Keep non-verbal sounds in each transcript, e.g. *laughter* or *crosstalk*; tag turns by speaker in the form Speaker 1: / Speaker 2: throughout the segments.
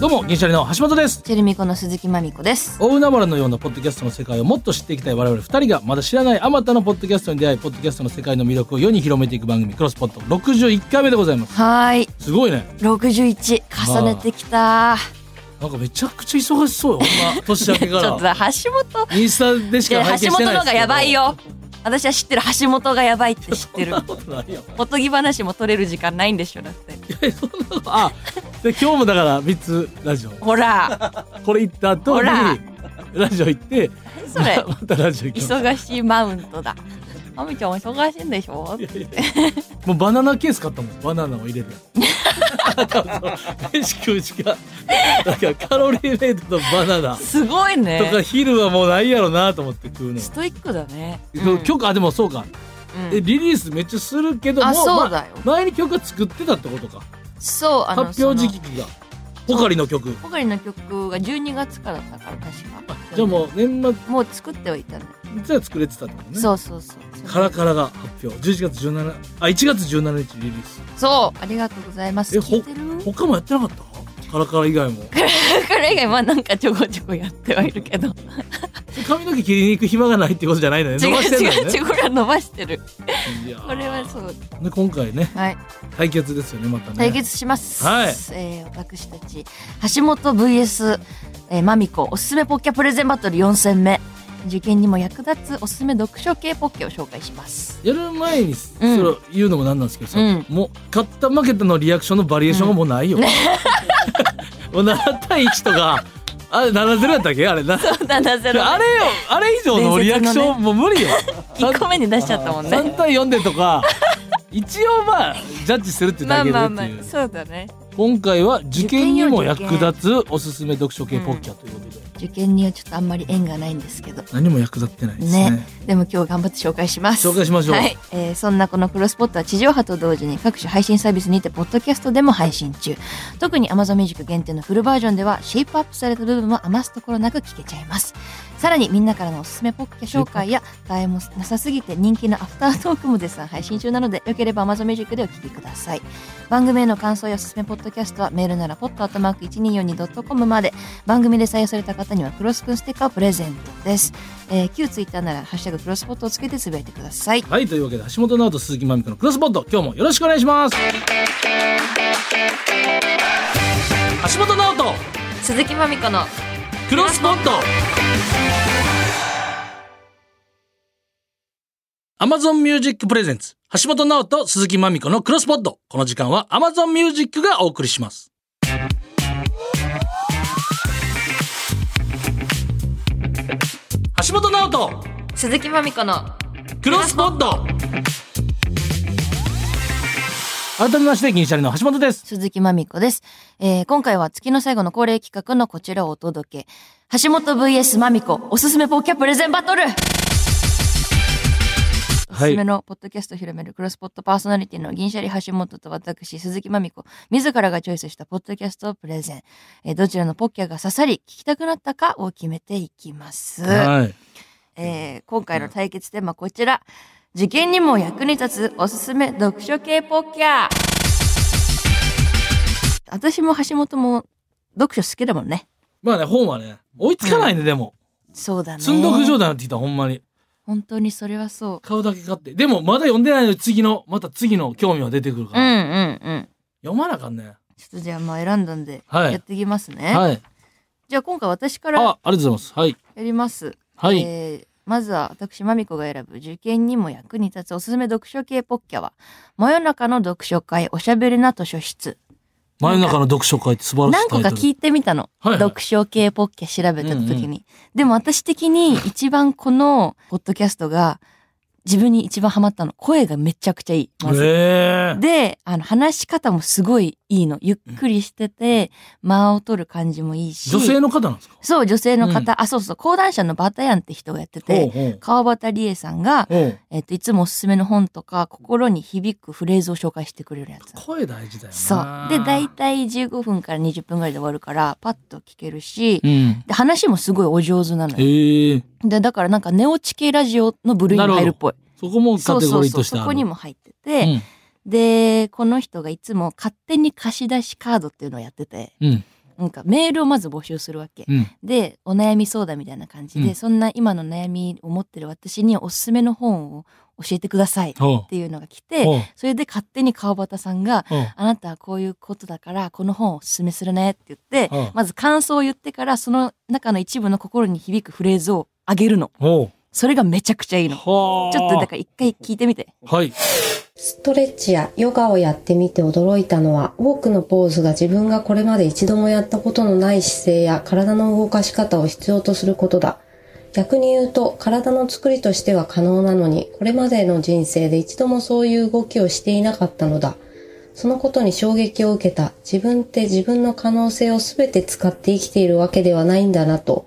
Speaker 1: どうも銀シャリの橋本です
Speaker 2: チェルミコの鈴木まみこです
Speaker 1: 大海原のようなポッドキャストの世界をもっと知っていきたい我々二人がまだ知らないあまたのポッドキャストに出会いポッドキャストの世界の魅力を世に広めていく番組クロスポット61回目でございます
Speaker 2: はーい
Speaker 1: すごいね
Speaker 2: 61重ねてきた
Speaker 1: なんかめちゃくちゃ忙しそうよほんま年明け
Speaker 2: *laughs* ちょ
Speaker 1: か
Speaker 2: っと橋
Speaker 1: ら
Speaker 2: 本
Speaker 1: インスタでし
Speaker 2: い
Speaker 1: か
Speaker 2: や
Speaker 1: 拝見してないです
Speaker 2: 橋
Speaker 1: けど
Speaker 2: 本のがやばいよ私は知ってる橋本がやばいって知
Speaker 1: *laughs*
Speaker 2: ってる
Speaker 1: そんなことないよ
Speaker 2: おとぎ話も取れる時間ないんでしょだって
Speaker 1: *laughs* あで今日もだから3つラジオ
Speaker 2: ほら
Speaker 1: これ行った後
Speaker 2: ほ
Speaker 1: に
Speaker 2: ら
Speaker 1: ラジオ行って
Speaker 2: それ
Speaker 1: *laughs* ままたラジオ行きます
Speaker 2: 忙しいマウントだまみちゃんお忙しいんでしょ
Speaker 1: もうバナナケース買ったもんバナナを入
Speaker 2: *laughs*
Speaker 1: れるやつ飯食うしかなんかカロリーメイトとバナナ
Speaker 2: すごい
Speaker 1: とか
Speaker 2: ね
Speaker 1: 昼はもうないやろなと思って食うの
Speaker 2: ストイックだね、
Speaker 1: よ曲あでもそうか
Speaker 2: うん
Speaker 1: えリリースめっちゃするけども
Speaker 2: あそうだよ
Speaker 1: ま前に曲は作ってたってことか
Speaker 2: そうあの
Speaker 1: 発表時
Speaker 2: その
Speaker 1: 期がポカリの曲
Speaker 2: ポカリの曲が12月からだから確か
Speaker 1: じゃあもう年末
Speaker 2: もう作ってはいたね
Speaker 1: じゃあ作れてたってことね
Speaker 2: そうそうそう
Speaker 1: カラカラが発表11月17あ1月17日リリース
Speaker 2: そうありがとうございます
Speaker 1: え
Speaker 2: 聞いてる
Speaker 1: 他もやってなかったカラカラ以外も
Speaker 2: これ以外まあなんかちょこちょこやってはいるけど
Speaker 1: 髪の毛切りに行く暇がないってことじゃないのね
Speaker 2: 違う
Speaker 1: 伸ばしてんだ
Speaker 2: 違
Speaker 1: よ
Speaker 2: う
Speaker 1: ね
Speaker 2: 違うこれは伸ばしてる
Speaker 1: いやー
Speaker 2: これはそう
Speaker 1: で今回ね
Speaker 2: はい
Speaker 1: 対決ですよねまたね
Speaker 2: 対決します、
Speaker 1: はい
Speaker 2: えー私たち橋本 VS、えー、マミコおすすめポッキャプレゼンバトル4戦目受験にも役立つおすすめ読書系ポッキャを紹介
Speaker 1: *laughs*
Speaker 2: します
Speaker 1: やる前にそれを言うのもなんなんですけどさ、
Speaker 2: うん
Speaker 1: もう勝った負けたのリアクションのバリエーションがもうないよ、 *laughs* もう7対1とかあれ7-0やったっけあれな
Speaker 2: 7-0
Speaker 1: あれよあれ以上のリアクション、もう無理
Speaker 2: *laughs*
Speaker 1: よ
Speaker 2: 1個目に出しちゃったもん
Speaker 1: 3
Speaker 2: ね
Speaker 1: 対4でとか一応まあジャッジするって
Speaker 2: ま
Speaker 1: だ
Speaker 2: あ
Speaker 1: けでって
Speaker 2: ま
Speaker 1: い
Speaker 2: あ
Speaker 1: う、
Speaker 2: まあそうだね
Speaker 1: 今回は受験にも役立つおすすめ読書系ポッキャということで、
Speaker 2: 受験にはちょっとあんまり縁がないんですけど
Speaker 1: 何も役立ってないですね
Speaker 2: ねでも今日頑張って紹介します
Speaker 1: 紹介しましょう
Speaker 2: はい、えーそんなこのクロスポットは地上波と同時に各種配信サービスにてポッドキャストでも配信中特に Amazon Music 限定のフルバージョンではシェイプアップされた部分も余すところなく聞けちゃいますさらにみんなからのおすすめポッキャ紹介や替えもなさすぎて人気のアフタートークも絶賛配信中なのでよければ Amazon Music でお聞きください番組への感想やおすすめポッドキャストはメールならポットアットマーク 1242.com まで番組で採用された方にはクロスくんステッカーをプレゼントです、えー、旧ツイッターなら「ハッシュタグクロスポット」をつけてつぶやいてください
Speaker 1: はいというわけで橋本直人鈴木まみこのクロスポット今日もよろしくお願いします橋本直人
Speaker 2: 鈴木まみこの
Speaker 1: クロスポット Amazon Music Presents 橋本直人鈴木まみこのクロスポットこの時間は Amazon Music がお送りします橋本直人
Speaker 2: 鈴木まみこの
Speaker 1: クロスポット改めまして銀シャリの橋本です
Speaker 2: 鈴木まみこです、えー、今回は月の最後の恒例企画のこちらをお届け橋本 VS まみこおすすめポッキャプレゼンバトルおすすめのポッドキャストを広めるクロスポットパーソナリティの銀シャリ橋本と私鈴木まみこ自らがチョイスしたポッドキャストをプレゼン、えー、どちらのポッキャが刺さり聞きたくなったかを決めていきます、
Speaker 1: はい
Speaker 2: えー今回の対決テーマはこちら。受験にも役に立つおすすめ読書系ポッキャー。私も橋本も読書好きだもんね。
Speaker 1: まあね本はね追いつかないね、でも
Speaker 2: そうだね。
Speaker 1: 積んどく状態になってきたほんまに
Speaker 2: 本当にそれはそ
Speaker 1: 買うだけ買ってでもまだ読んでないのに次のまた次の興味は出てくるか
Speaker 2: う。うん
Speaker 1: ら、
Speaker 2: うんうん。
Speaker 1: 読まなあかんね
Speaker 2: ちょっとじゃあまあ選んだんで、
Speaker 1: はい
Speaker 2: やっていきますね。
Speaker 1: はい
Speaker 2: じゃあ今回私からや
Speaker 1: あありがとうございますはい
Speaker 2: ります。
Speaker 1: はい、
Speaker 2: えーまずは私まみこが選ぶ受験にも役に立つおすすめ読書系ポッキャは、真夜中の読書会おしゃべりな図書室。
Speaker 1: 真夜中の読書会って素晴らし
Speaker 2: 何
Speaker 1: いタイ
Speaker 2: 個か
Speaker 1: トル
Speaker 2: 聞いてみたの。
Speaker 1: はいはい
Speaker 2: 読書系ポッキャ調べた時に。
Speaker 1: うん
Speaker 2: でも私的に一番このポッドキャストが自分に一番ハマったの、声がめちゃくちゃいい。まず
Speaker 1: ええ
Speaker 2: で、あの、話し方もすごいいいの。ゆっくりしてて、間を取る感じもいいし。
Speaker 1: 女性の方なんですか
Speaker 2: そう、女性の方、あ、そうそう、講談社のバタヤンって人がやってて、
Speaker 1: ほう
Speaker 2: 川端理恵さんが、
Speaker 1: ほうほう
Speaker 2: えっと、いつもおすすめの本とか、心に響くフレーズを紹介してくれるやつ。
Speaker 1: 声大事だよな
Speaker 2: そう。で、大体15分から20分ぐらいで終わるから、パッと聞けるし、
Speaker 1: うん
Speaker 2: で話もすごいお上手なのよ。
Speaker 1: ええ
Speaker 2: で、だからなんか、ネオチ系ラジオの部類に入るっぽい。
Speaker 1: そこも
Speaker 2: そ
Speaker 1: カ
Speaker 2: う
Speaker 1: テ
Speaker 2: そ
Speaker 1: ゴ
Speaker 2: う
Speaker 1: リー
Speaker 2: そう。
Speaker 1: として
Speaker 2: そ
Speaker 1: ある
Speaker 2: こにも入ってて、
Speaker 1: うん
Speaker 2: で、この人がいつも勝手に貸し出しカードっていうのをやってて、
Speaker 1: うん
Speaker 2: なんかメールをまず募集するわけ。
Speaker 1: うん
Speaker 2: で、お悩み相談みたいな感じで、
Speaker 1: うん
Speaker 2: そんな今の悩みを持ってる私におすすめの本を教えてくださいっ
Speaker 1: ほ
Speaker 2: ていうのが来
Speaker 1: う
Speaker 2: て、
Speaker 1: ほう
Speaker 2: それで勝手に川端さんが、
Speaker 1: ほう
Speaker 2: あなたはこういうことだから、この本をおすすめするねって言って、
Speaker 1: ほう
Speaker 2: まず感想を言ってから、その中の一部の心に響くフレーズをあげるの。
Speaker 1: ほ
Speaker 2: それがめちゃくちゃいいうの。ち
Speaker 1: はあ
Speaker 2: ょっとだから一回聞いてみて。
Speaker 1: はい
Speaker 3: ストレッチやヨガをやってみて驚いたのは、多くのポーズが自分がこれまで一度もやったことのない姿勢や体の動かし方を必要とすることだ。逆に言うと、体の作りとしては可能なのに、これまでの人生で一度もそういう動きをしていなかったのだ。そのことに衝撃を受けた。自分って自分の可能性を全て使って生きているわけではないんだなと、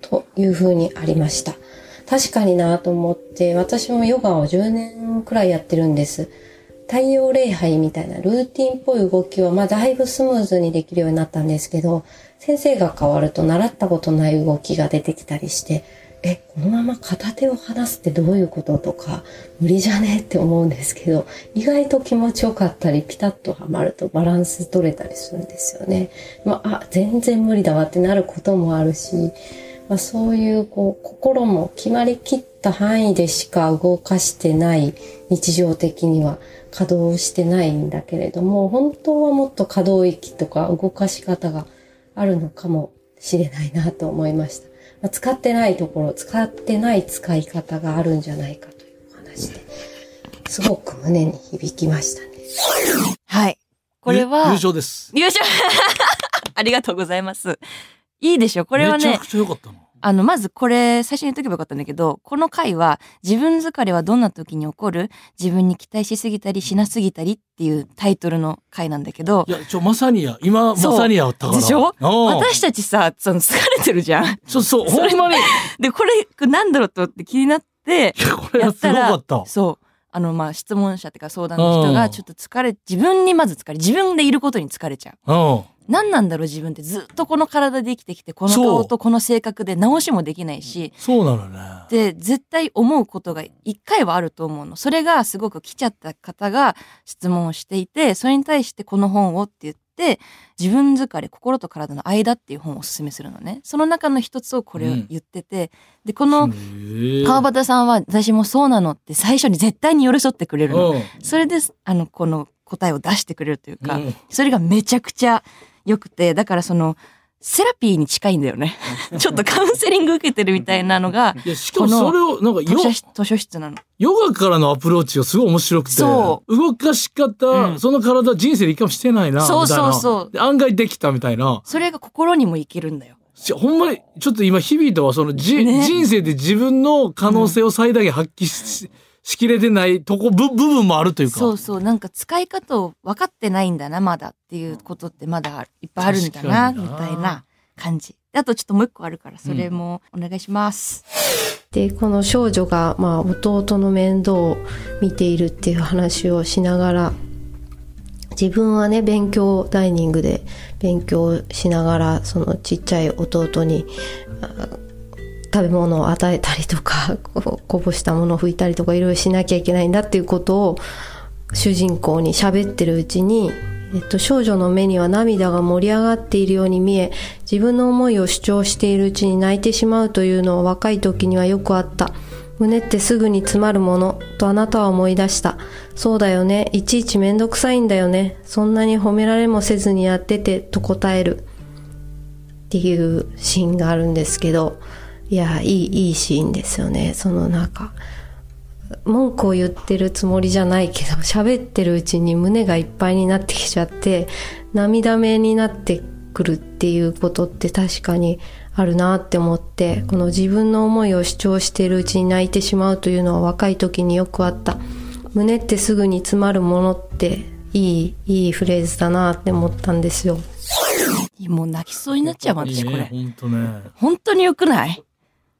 Speaker 3: というふうにありました。確かになと思って、私もヨガを10年くらいやってるんです。太陽礼拝みたいなルーティンっぽい動きは、まあだいぶスムーズにできるようになったんですけど、先生が変わると習ったことない動きが出てきたりして、え、このまま片手を離すってどういうこととか、無理じゃねって思うんですけど、意外と気持ちよかったり、ピタッとはまるとバランス取れたりするんですよね。まあ、あ、全然無理だわってなることもあるし、まあ、そういうこう心も決まりきった範囲でしか動かしてない日常的には稼働してないんだけれども本当はもっと可動域とか動かし方があるのかもしれないなと思いました、まあ、使ってないところ使ってない使い方があるんじゃないかというお話ですごく胸に響きましたね
Speaker 2: はい。これ
Speaker 1: ゆ優
Speaker 2: は、
Speaker 1: 勝です
Speaker 2: 優勝 *laughs* ありがとうございます。いいでしょこ
Speaker 1: こ
Speaker 2: れは
Speaker 1: めちゃ
Speaker 2: ね
Speaker 1: く、ちゃ良かったな
Speaker 2: あの、まずこれ、最初に言っとけばよかったんだけど、この回は、自分疲れはどんな時に起こる自分に期待しすぎたりしなすぎたりっていうタイトルの回なんだけど
Speaker 1: い、やちょまさにや今ま
Speaker 2: そう
Speaker 1: さにやったから
Speaker 2: でしょ
Speaker 1: うん
Speaker 2: 私たちさ、その疲れてるじゃん。 *laughs*
Speaker 1: そうそう
Speaker 2: そ
Speaker 1: ほ
Speaker 2: れ
Speaker 1: んま *laughs* にい
Speaker 2: で、これ、これなんだろうとって気になって、
Speaker 1: やこれ
Speaker 2: や
Speaker 1: は
Speaker 2: っ
Speaker 1: すご
Speaker 2: たら
Speaker 1: かった
Speaker 2: そう。あの、まあ、質問者っていうか相談の人
Speaker 1: う
Speaker 2: が、
Speaker 1: ん
Speaker 2: ちょっと疲れ、自分にまず疲れ、自分でいることに疲れちゃう。
Speaker 1: うん
Speaker 2: 何なんだろう自分ってずっとこの体で生きてきてこの
Speaker 1: そう
Speaker 2: 顔とこの性格で直しもできないし
Speaker 1: そうなのね
Speaker 2: で絶対思うことが一回はあると思うのそれがすごく来ちゃった方が質問をしていてそれに対してこの本をって言って自分疲れ心と体の間っていう本をおすすめするのねその中の一つをこれを言ってて、でこの
Speaker 1: へえ
Speaker 2: 川端さんは私もそうなのって最初に絶対に寄り添ってくれるの
Speaker 1: うん
Speaker 2: それであのこの答えを出してくれるという
Speaker 1: う
Speaker 2: か、
Speaker 1: ん
Speaker 2: それがめちゃくちゃ良くて、だからその、セラピーに近いんだよね。 *laughs* ちょっとカウンセリング受けてるみたいなのが、
Speaker 1: いやしかもそれをなんか
Speaker 2: 図
Speaker 1: よ
Speaker 2: 書室図書室なの。
Speaker 1: ヨガからのアプローチがすごい面白くて。
Speaker 2: そ
Speaker 1: 動かし方、
Speaker 2: うん
Speaker 1: その体人生で一回もしてないな、みたい
Speaker 2: そ
Speaker 1: な。
Speaker 2: うそうそう
Speaker 1: で案外できたみたいな。
Speaker 2: それが心にもいけるんだよ。
Speaker 1: しほんまに、ちょっと今、日々とはそのじ、
Speaker 2: ね
Speaker 1: 人生で自分の可能性を最大限発揮し,、しきれてないとこ、ぶ部分もあるというか。
Speaker 2: そうそう、なんか使い方を分かってないんだな、まだっていうことってまだいっぱいあるんだな、
Speaker 1: 確かに
Speaker 2: み
Speaker 1: な
Speaker 2: たいな感じ。あとちょっともう一個あるから、それもお願いします。
Speaker 3: でこの少女が、まあ、弟の面倒を見ているっていう話をしながら自分はね勉強ダイニングで勉強しながらそのちっちゃい弟にあ食べ物を与えたりとかここぼしたものを拭いたりとかいろいろしなきゃいけないんだっていうことを主人公に喋ってるうちに、えっと、少女の目には涙が盛り上がっているように見え、自分の思いを主張しているうちに泣いてしまうというのは若い時にはよくあった。胸ってすぐに詰まるもの、とあなたは思い出した。そうだよね。いちいちめんどくさいんだよね。そんなに褒められもせずにやってて、と答える。っていうシーンがあるんですけど、いや、いい、いいシーンですよね。そのなんか、文句を言ってるつもりじゃないけど喋ってるうちに胸がいっぱいになってきちゃって涙目になってくるっていうことって確かにあるなって思ってこの自分の思いを主張しているうちに泣いてしまうというのは若い時によくあった胸ってすぐに詰まるものっていいいいフレーズだなって思ったんですよ
Speaker 2: もう泣きそうになっちゃうもん私これ。
Speaker 1: ほんとね。
Speaker 2: 本当に良くない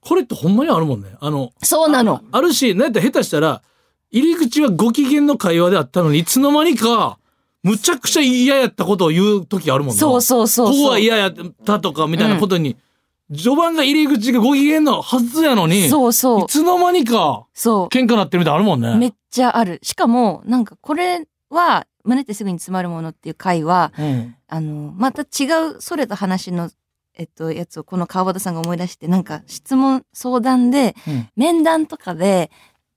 Speaker 1: これってほんまにあるもんね。あの、
Speaker 2: そうなの。
Speaker 1: あるし、なんやったら下手したら、入り口はご機嫌の会話であったのに、いつの間にか、むちゃくちゃ嫌やったことを言う時あるもんな
Speaker 2: そうそうそうそう
Speaker 1: ここは嫌やったとか、みたいなことに、序盤が入り口がご機嫌のはずやのに、
Speaker 2: そうそう
Speaker 1: いつの間にか、
Speaker 2: そ
Speaker 1: 喧嘩なってるみたいなのあるもんね。
Speaker 2: う。めっちゃある。しかも、なんかこれは、胸ってすぐに詰まるものっていう回は、
Speaker 1: うん。
Speaker 2: あの、また違う、それた話の、えっと、やつをこの川端さんが思い出して、なんか質問、相談で、
Speaker 1: うん
Speaker 2: 面談とかで、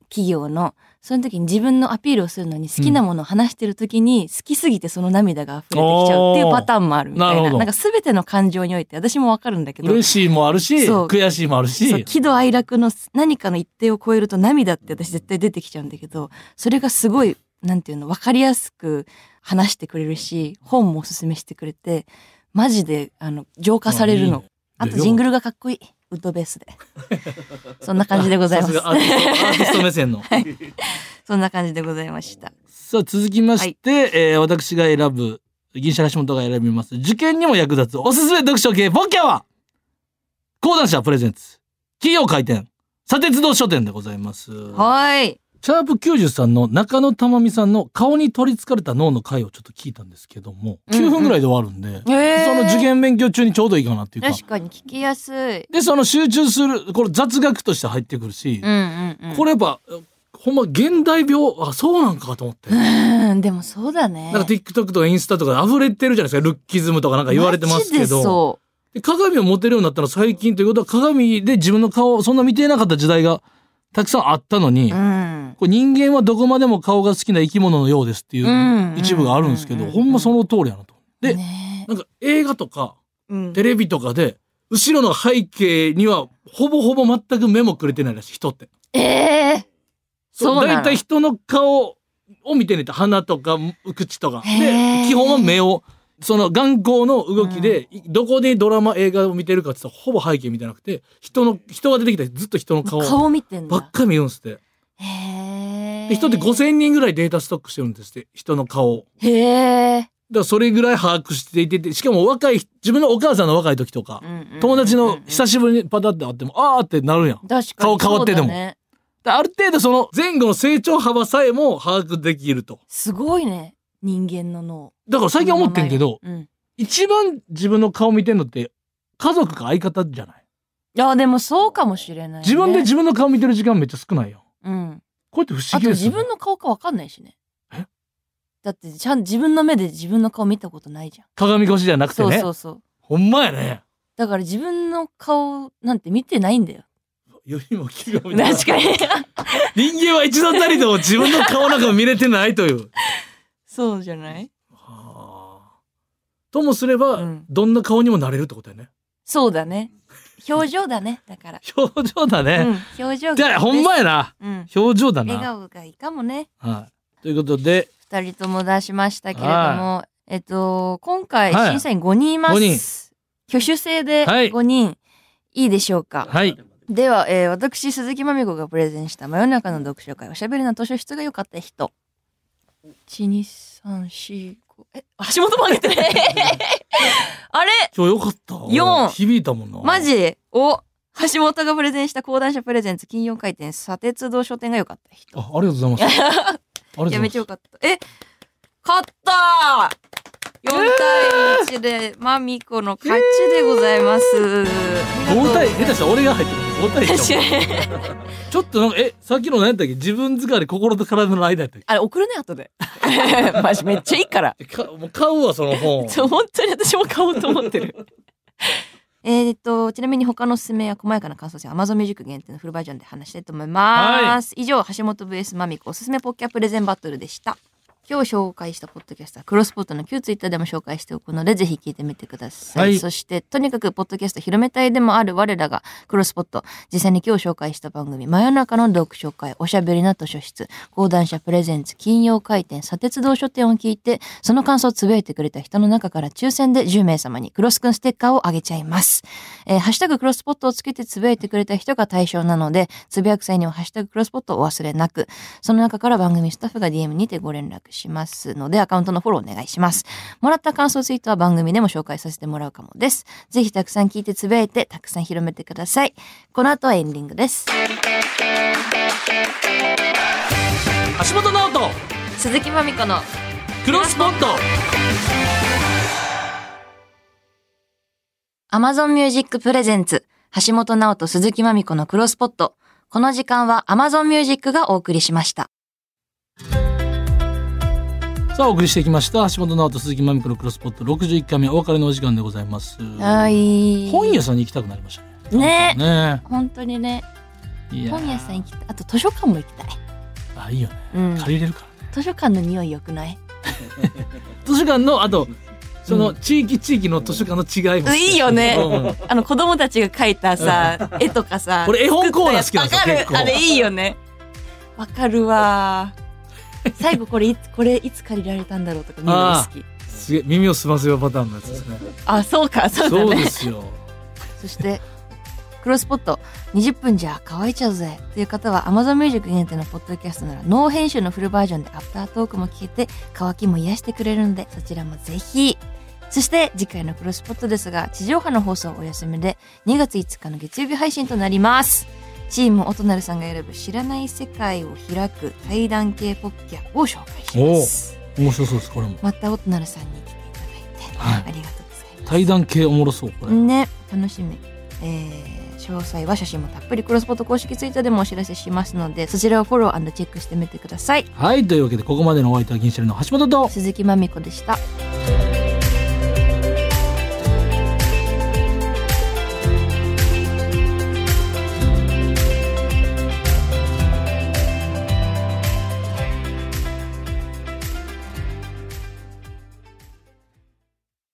Speaker 2: 企業の、その時に自分のアピールをするのに好きなものを話してる時に、好きすぎてその涙が溢れてきちゃうっていうパターンもあるみた
Speaker 1: お
Speaker 2: い
Speaker 1: ーなる
Speaker 2: な。
Speaker 1: ほど
Speaker 2: なんか全ての感情において、私もわかるんだけど、
Speaker 1: 嬉しいもあるし、
Speaker 2: そう
Speaker 1: 悔しいもある
Speaker 2: そう
Speaker 1: し、
Speaker 2: 喜怒哀楽の何かの一定を超えると涙って私絶対出てきちゃうんだけどそれがすごいなんていうの分かりやすく話してくれるし本もおすすめしてくれてマジであの浄化されるの
Speaker 1: あ
Speaker 2: あ
Speaker 1: いいね
Speaker 2: とジングルがかっこいいウッドベースで *laughs* そんな感じでございま
Speaker 1: さ
Speaker 2: す
Speaker 1: すがアーティストアーティスト目線の。
Speaker 2: そんな感じでございました
Speaker 1: さあ続きまして、えー私が選ぶ銀シャラシモトが選びます受験にも役立つおすすめ読書系ボキャは講談社プレゼンツ企業開店砂鉄道書店でございます
Speaker 2: はーい
Speaker 1: シャープ90さんの中野珠美さんの顔に取りつかれた脳の回をちょっと聞いたんですけども
Speaker 2: うんう
Speaker 1: 9
Speaker 2: ん
Speaker 1: 分ぐらいで終わるんで、
Speaker 2: へー
Speaker 1: その受験勉強中にちょうどいいかなっていうか
Speaker 2: 確かに聞きやすい
Speaker 1: でその集中するこれ雑学として入ってくるし
Speaker 2: う、んうんうん
Speaker 1: これやっぱほんま現代病あそうなんかと思って。
Speaker 2: うんでもそうだね
Speaker 1: なんか TikTok とかインスタとかで溢れてるじゃないですか。ルッキズムとかなんか言われてます
Speaker 2: マ
Speaker 1: け
Speaker 2: ジで
Speaker 1: ど。
Speaker 2: そう
Speaker 1: で鏡を持てるようになったのは最近ということは鏡で自分の顔をそんな見ていなかった時代がたくさんあったのに、
Speaker 2: うん
Speaker 1: これ人間はどこまでも顔が好きな生き物のようですってい
Speaker 2: うん
Speaker 1: う
Speaker 2: うん
Speaker 1: 一部があるんですけど、
Speaker 2: うん
Speaker 1: ほんまその通りやなと。で、
Speaker 2: ね
Speaker 1: なんか映画とか
Speaker 2: うん
Speaker 1: テレビとかで後ろの背景にはほぼほぼ全く目もくれてないらしい人って。
Speaker 2: ええそうな
Speaker 1: だ
Speaker 2: の
Speaker 1: いたい人の顔を見てねって鼻とか口とか
Speaker 2: へ
Speaker 1: で
Speaker 2: ー
Speaker 1: 基本は目をその眼光の動きで、いどこでドラマ映画を見てるかって言ったらほぼ背景見てなくて人の人が出てきたらずっと人の顔
Speaker 2: 顔見てん
Speaker 1: ばっ
Speaker 2: だ。
Speaker 1: かり見るんですって、
Speaker 2: へえ。
Speaker 1: で人って5,000人ぐらいデータストックしてるんですって人の顔を
Speaker 2: へえ。
Speaker 1: だからそれぐらい把握していててしかも若い自分のお母さんの若い時とか、友達の久
Speaker 2: し
Speaker 1: しぶりにパタって会ってもあーってなるやん
Speaker 2: ぶり確か
Speaker 1: 顔
Speaker 2: に
Speaker 1: 変わってでも
Speaker 2: そうだね
Speaker 1: である程度その前後の成長幅さえも把握できると
Speaker 2: すごいね人間の脳。
Speaker 1: だから最近思ってんけど、
Speaker 2: うん。
Speaker 1: 一番自分の顔見てんのって家族か相方じゃない、
Speaker 2: いやでもそうかもしれないね。
Speaker 1: 自分で自分の顔見てる時間めっちゃ少ないよ
Speaker 2: うん。
Speaker 1: これって不思
Speaker 2: あ
Speaker 1: 議
Speaker 2: と
Speaker 1: です
Speaker 2: 自
Speaker 1: よ、
Speaker 2: 分の顔かわかんないしね
Speaker 1: え。
Speaker 2: だってちゃん自分の目で自分の顔見たことないじゃん。
Speaker 1: 鏡越しじゃなくて
Speaker 2: そう
Speaker 1: ね
Speaker 2: そうそう。
Speaker 1: ほんまやね
Speaker 2: だから自分の顔なんて見てないんだよ。
Speaker 1: よりも企業
Speaker 2: 確か
Speaker 1: *laughs*
Speaker 2: に。
Speaker 1: 人間は一度たりとも自分の顔なんか見れてないと
Speaker 2: *laughs*
Speaker 1: いう
Speaker 2: そうじゃない
Speaker 1: はあともすれば、
Speaker 2: うん
Speaker 1: どんな顔にもなれるってことやね
Speaker 2: そうだね。表情だね。だから。
Speaker 1: 表情だ
Speaker 2: う
Speaker 1: ね、
Speaker 2: ん、表情が。
Speaker 1: じゃあほんまやな
Speaker 2: うん。
Speaker 1: 表情だ
Speaker 2: 笑
Speaker 1: な、
Speaker 2: 顔がいいかもね。
Speaker 1: はい、ということで
Speaker 2: 二人とも出しましたけれども、えっと、今回
Speaker 1: はい
Speaker 2: 審査員5人います。挙手制で
Speaker 1: はい
Speaker 2: 5人、い、いでしょうか。
Speaker 1: はい
Speaker 2: では、えー私、鈴木まみこがプレゼンした真夜中の読書会、おしゃべりな図書室が良かった人。1、2、3、4、5、え、足元曲げ
Speaker 1: *laughs*
Speaker 2: てね。あれ
Speaker 1: 今日よかった
Speaker 2: 四
Speaker 1: 響いたもんな
Speaker 2: マジお橋本がプレゼンした講談社プレゼンツ金曜回転砂鉄道書店が良かった人。
Speaker 1: あありがとうご
Speaker 2: *laughs*
Speaker 1: ざいますありがとうございます
Speaker 2: やめてよかった。え勝ったー !4 対1で、マミコの勝ちでございます。
Speaker 1: 5対下手
Speaker 2: 確
Speaker 1: したら俺が入ってる5対1だもん
Speaker 2: かに。
Speaker 1: ちょっとなんかえさっきの何やったっけ自分疲れ心と体の間やったっ
Speaker 2: あれ、送るね、後で。マジ、めっちゃいいから。
Speaker 1: けかもう買うわその本
Speaker 2: そう本当に私も買おうと思ってる。 *laughs* えっと、ちなみに他のおすすめや細やかな感想性は Amazon Music 限定のフルバージョンで話したいと思います。以上、橋本 VS マミコおすすめポッキャプレゼンバトルでした。今日紹介したポッドキャストはクロスポットの旧ツイッターでも紹介しておくのでぜひ聞いてみてください、
Speaker 1: はい
Speaker 2: そしてとにかくポッドキャスト広めたいでもある我らがクロスポット実際に今日紹介した番組真夜中の読書会おしゃべりな図書室講談社プレゼンツ金曜回転砂鉄道書店を聞いてその感想をつぶやいてくれた人の中から抽選で10名様にクロスくんステッカーをあげちゃいますえーハッシュタグクロスポットをつけてつぶやいてくれた人が対象なので、つぶやく際にはハッシュタグクロスポットをお忘れなく、その中から番組スタッフが DM にてご連絡しますので、アカウントのフォローお願いします。もらった感想ツイートは番組でも紹介させてもらうかもです。ぜひたくさん聞いてつぶやいて、たくさん広めてください。この後はエンディングです。
Speaker 1: 橋本直人
Speaker 2: 鈴木まみこの
Speaker 1: クロスポット
Speaker 2: Amazon Music Presents 橋本直人鈴木まみこのクロスポット。この時間は Amazon Music がお送りしました。
Speaker 1: さあお送りしてきました橋本直人鈴木まみこのクロスポット61回目お別れのお時間でございます
Speaker 2: はい。
Speaker 1: 本屋さんに行きたくなりましたね
Speaker 2: ね
Speaker 1: ね
Speaker 2: 本当にね
Speaker 1: えいや
Speaker 2: 本屋さん行きたいあと図書館も行きたい、
Speaker 1: あいいよね
Speaker 2: うん、
Speaker 1: 借りれるからね
Speaker 2: 図書館の匂い良くない
Speaker 1: 図書館のあとその地域地域の図書館の違いも
Speaker 2: うんいいよね
Speaker 1: うん
Speaker 2: あの子供たちが描いたさ絵と
Speaker 1: *laughs*
Speaker 2: かさ
Speaker 1: 俺絵本コーナー好きなんですよ
Speaker 2: 作ったやつ
Speaker 1: 結構
Speaker 2: わかるあれいいよねわかるわ
Speaker 1: *laughs*
Speaker 2: 最後これいつこれいつ借りられたんだろうとか見るの好き
Speaker 1: すげえ耳をすませようパターンのやつですね
Speaker 2: あそうかそうだ
Speaker 1: そう
Speaker 2: ね
Speaker 1: ですよ
Speaker 2: そして、クロスポット、20分じゃ乾いちゃうぜという方は Amazon Music 限定のポッドキャストならノー編集のフルバージョンでアフタートークも聞けて乾きも癒してくれるのでそちらもぜひそして次回のクロスポットですが地上波の放送はお休みで2月5日の月曜日配信となりますチーム音なるさんが選ぶ知らない世界を開く対談系ポッキャを紹介します
Speaker 1: 面白そうですこれも
Speaker 2: また音なるさんに来ていただいて、
Speaker 1: はい
Speaker 2: ありがとうございます
Speaker 1: 対談系おもろそうこれ
Speaker 2: ね楽しみ、えー詳細は写真もたっぷりクロスポット公式ツイッターでもお知らせしますのでそちらをフォローチェックしてみてください
Speaker 1: はいというわけでここまでのお相手は銀シャリの橋本と
Speaker 2: 鈴木まみこでした